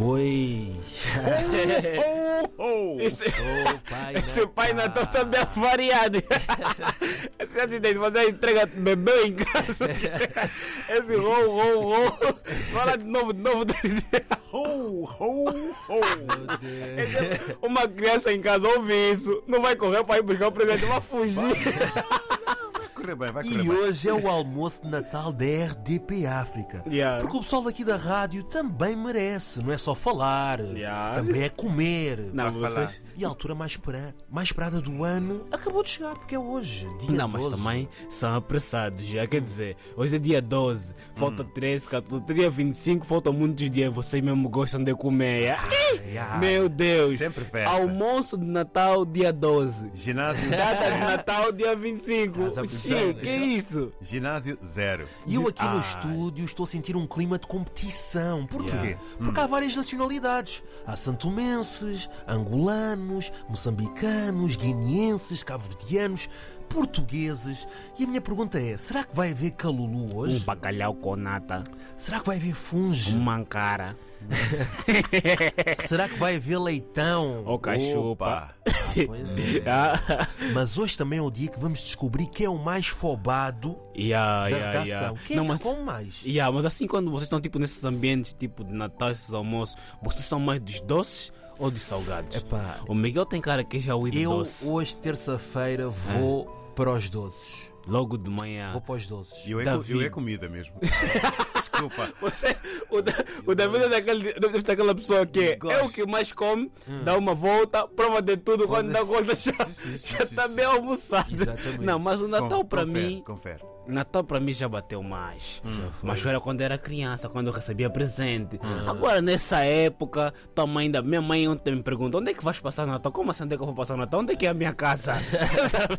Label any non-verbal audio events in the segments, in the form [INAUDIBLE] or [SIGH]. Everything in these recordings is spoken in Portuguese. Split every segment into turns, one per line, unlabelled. Oi!
Oh,
[LAUGHS]
oh.
Esse,
Sou pai
esse Pai Natal também é variado. [LAUGHS] Essa ideia, mas é entrega bebê em
[LAUGHS]
casa. Esse rou, rou, rou. Fala de novo, de novo. [LAUGHS]
Ho, ho, ho.
Uma criança em casa ouve isso, não vai correr para ir buscar o presente, vai fugir.
Vai correr bem, vai correr
E
bem.
hoje é o almoço de Natal da RDP África.
Yeah.
Porque o pessoal daqui da rádio também merece, não é só falar,
Yeah.
também é comer.
Não,
Vai falar.
vocês.
E a altura mais, espera- mais esperada do ano acabou de chegar, porque é hoje. Dia
Não, mas
12.
também são apressados, já quer dizer, hoje é dia 12, falta
Hum.
13, 14, dia 25, faltam muitos dias, vocês mesmo gostam de comer.
Yeah.
Meu Deus!
Sempre festa.
Almoço de Natal, dia 12. [LAUGHS]
Ginásio,
Data de Natal, dia 25.
Estás a
Xiu, que é isso?
ginásio zero.
E eu aqui no
Ah,
estúdio estou a sentir um clima de competição. Porquê?
Yeah.
Hum.
Porque há várias nacionalidades. Há santomenses, angolanos, moçambicanos, guineenses, cabo-verdianos, portugueses. E a minha pergunta é, será que vai haver calulu
Um
hoje?
bacalhau com nata, um
Será que vai haver
[LAUGHS]
funge?
uma ancara,
será que vai haver leitão?
ou cachupa. Ah.
Opa.
[LAUGHS]
Pois é. Mas hoje também é o dia que vamos descobrir quem é o mais fobado
Yeah,
da
yeah,
redação.
yeah.
Quem é
Não,
que
mas,
come mais?
yeah, mas assim, quando vocês estão tipo, nesses ambientes tipo de Natal, esses almoços, vocês são mais dos doces ou dos salgados?
Epá,
O Miguel tem cara que já ouviu
Eu
doce Ah.
hoje, terça-feira, vou para os doces.
logo de manhã.
Vou para os doces.
E eu é, co-
David.
eu é
[LAUGHS]
comida mesmo. Desculpa.
Você, o, da, o David é daquele, deve ser daquela pessoa que é o
Gosto.
que mais come, dá uma volta, Hum. prova de tudo, quando dá [LAUGHS] conta já, já está bem almoçado.
Exatamente.
Não, mas o Natal para
confere,
mim,
Confere.
Natal para mim Hum. já bateu mais. Mas era quando era criança, quando eu recebia presente. Agora nessa época, tua mãe ainda, minha mãe ontem me perguntou: onde é que vais passar o Natal? Como assim onde é que eu vou passar o Natal? Onde é que é a minha casa? [LAUGHS] Sabe?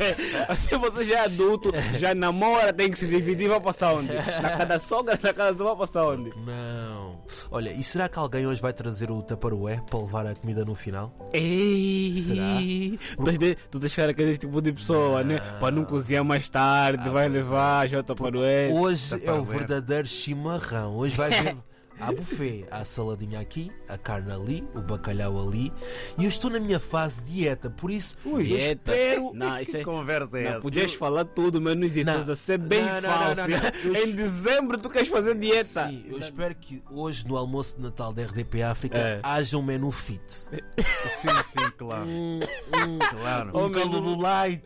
assim você já é adulto, já namora, tem que se dividir, vai passar onde? Na casa da sogra, na casa do vai passar onde?
Não. Olha, e será que alguém hoje vai trazer o taparué para levar a comida no final?
Ei,
Será?
Tu, tens de, tu tens cara que é desse tipo de pessoa, né? Para não Ah, cozinhar mais tarde, vai levar, já tá para o ele.
Hoje é o
Tupperware.
verdadeiro chimarrão. Hoje vai haver. Há buffet, há saladinha aqui, a carne ali, o bacalhau ali. E eu estou na minha fase de dieta, por isso eu
Dieta.
espero.
Não, isso
Que
é.
conversa é
Não,
essa?
podias falar tudo, menos isso.
Não.
Estás a ser é bem
Não, não, não,
falso. né?
não, não. Eu-
Em dezembro tu queres fazer dieta.
Sim, eu espero que hoje no almoço de Natal da RDP África
É.
haja um menu fit.
Sim, sim, claro.
Hum,
claro.
Um
Oh, meu
calulu [LAUGHS] light,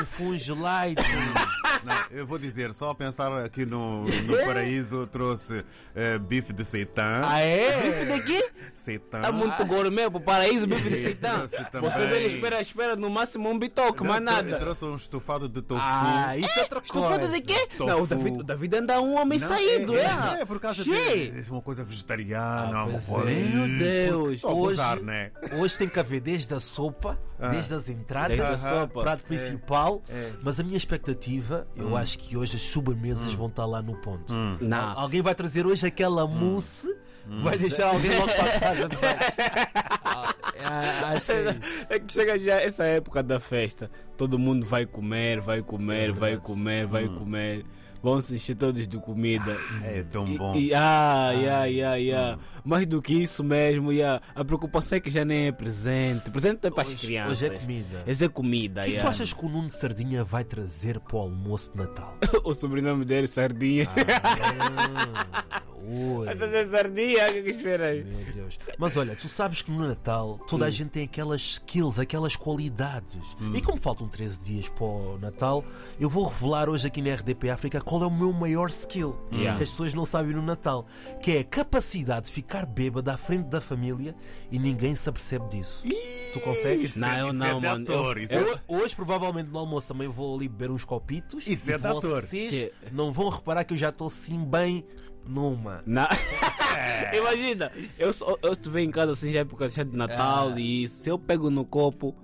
um funge light.
Não, eu vou dizer, só a pensar aqui no,
[LAUGHS]
no paraíso trouxe eh, bife de seitã.
Ah é?
Daqui
Seitã.
tá muito gourmet pro paraíso, bife de
Esse
[LAUGHS] seitã.
também.
Você dele espera, espera no máximo um bitoque,
Não,
mais
eu
nada.
Trouxe um estufado de tofu.
Ah, isso é outra
Estou falando
coisa.
de quê?
Tofu.
Não, o David, o David anda um homem
Não,
saído, é?
é, é por causa de,
Che.
é uma coisa vegetariana,
Ah,
uma
pois
coisa.
é.
Meu Deus.
Só
Hoje-
gozar, né?
Hoje tem que haver desde a sopa, desde as entradas,
Desde a sopa.
prato principal. Mas a minha expectativa, eu acho que hoje as sobremesas vão estar lá no ponto.
Não.
Alguém vai trazer hoje aquela mousse, vai deixar alguém logo para casa. não vai? Ah, ah, acho que é isso.
É que chega já essa época da festa. Todo mundo vai comer, vai
É
comer, vai comer, vai
Hum.
comer. Vão se encher todos de comida.
É tão
E-
bom.
E, ah, yeah, yeah,
hum.
yeah. Mais do que isso mesmo, yeah. a preocupação é que já nem é presente. Presente é para as
Hoje-
crianças.
hoje é comida.
Hoje é comida,
O que tu
yeah.
achas que o Nuno Sardinha vai trazer para o almoço de Natal?
[LAUGHS] O sobrenome dele, é Sardinha. [LAUGHS]
Oi.
Estás a Sardinha? O que é que esperas?
Meu Deus. Mas olha, tu sabes que no Natal
Hum.
toda a gente tem aquelas skills, aquelas qualidades. E como faltam 13 dias para o Natal, eu vou revelar hoje aqui na RDP África qual é o meu maior skill
Yeah.
que as pessoas não sabem no Natal, que é a capacidade de ficar bêbado à frente da família e ninguém se apercebe disso. Tu consegues?
Não,
é-
eu
isso
não,
é de
mano.
ator,
Eu-
isso é-
Eu, hoje, provavelmente, no almoço também vou ali beber uns copitos.
Isso é
e
de ator.
vocês
Sim.
não vão reparar que eu já estou assim bem numa.
Na-
É.
[LAUGHS] Imagina, eu, só- eu estive em casa assim, já época já de Natal
É.
e isso. Se eu pego no copo,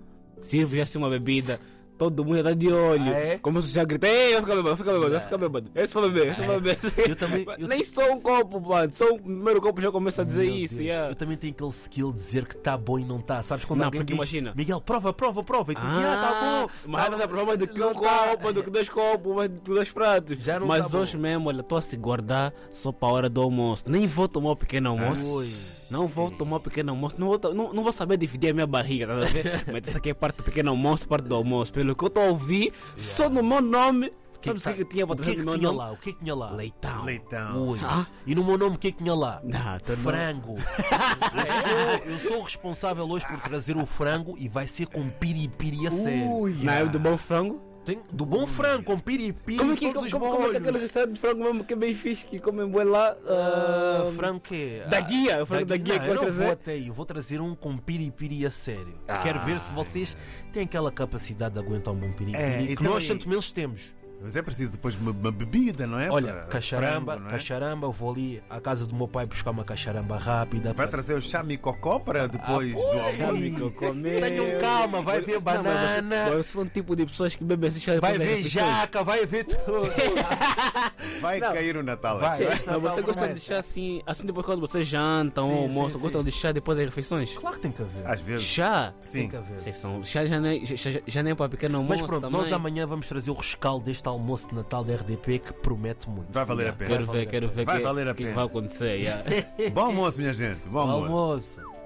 sirvo já assim uma bebida. Todo mundo já tá de olho.
Ah, é?
Como se já grita, ei, vai ficar bêbado, vai ficar bêbado, vai ficar bêbado. Esse foi bebê, esse foi bebê.
É. Eu também- eu-
Nem só um copo, mano. Só o primeiro copo já começa a dizer
Meu
isso.
Deus,
yeah.
Eu também tenho aquele skill de dizer que está bom e não está. Sabes quando
Não,
alguém
porque
diz,
imagina.
Miguel, prova, prova, prova. E tu, ah,
Ah,
tá bom.
mas
tá
tá
bom."
mais do que
Não
um
tá.
copo, mais do que dois copos, mais do que dois pratos.
Já não
mas
tá bom.
hoje mesmo, olha, estou a se guardar só para a hora do almoço. Nem vou tomar o pequeno almoço.
Oi.
Não vou tomar pequeno almoço, não vou, to- não, não vou saber dividir a minha barriga, tá a
[LAUGHS]
ver? Mas isso aqui é parte do pequeno almoço, parte do almoço. Pelo que eu estou a ouvir, só no meu nome. Sabe o que, que tinha
O
para
que é
trazer
que
no meu
tinha
nome?
lá? O que é que tinha lá?
Leitão.
Leitão.
Ui.
Ah.
E no meu nome o que é que tinha
[LAUGHS]
lá?
Não, tô no- [LAUGHS]
frango. eu, sou, eu sou responsável hoje por trazer o frango e vai ser com piripiri a sério.
Na época do bom frango.
Tem do bom frango, com piripiri,
Como é que,
todos
como,
os
como, como é que
molhos.
aquele restaurante de frango mesmo que é bem fixe, que comem boi lá?
Ah,
ah,
frango quê?
Da
Ah,
guia, o frango da guia
não,
que
eu
vai
não
trazer.
vou até aí, eu vou trazer um com piripiri a sério.
Ah.
Quero ver se vocês têm aquela capacidade de aguentar um bom piripiri
É,
que
então
nós
e-
santomenses temos.
Mas é preciso depois uma, uma bebida, não é?
Olha,
Para-
cacharamba,
frango, não é?
cacharamba, eu vou ali à casa do meu pai buscar uma cacharamba rápida.
Vai trazer o chamicocó para depois
Ah,
do almoço.
Amigo, comer.
Tenham calma, vai ver
Não, mas
banana,
você- Vocês são o tipo de pessoas que bebem assim,
vai ver jaca, vai ver tudo. É
Vai
Não.
cair o Natal. é
Vai.
aqui.
Sim,
Esse
não,
Natal
você gosta
promete.
de chá assim, assim depois quando vocês jantam
Sim,
ou
sim,
almoçam,
sim.
gostam de chá depois das refeições?
Claro que tem que haver.
Às vezes.
Chá?
Tem
Ah, Sim.
que haver.
Vocês são. Chá já nem, já, já- já nem para pequeno almoço
Mas pronto,
também.
nós amanhã vamos trazer o rescaldo deste almoço de Natal da RDP que promete muito.
Vai valer a pena.
Quero ver, quero ver o
Vai
que,
valer a
que
pena.
vai acontecer. yeah.
Bom almoço, minha gente. Bom
Bom
almoço.
almoço.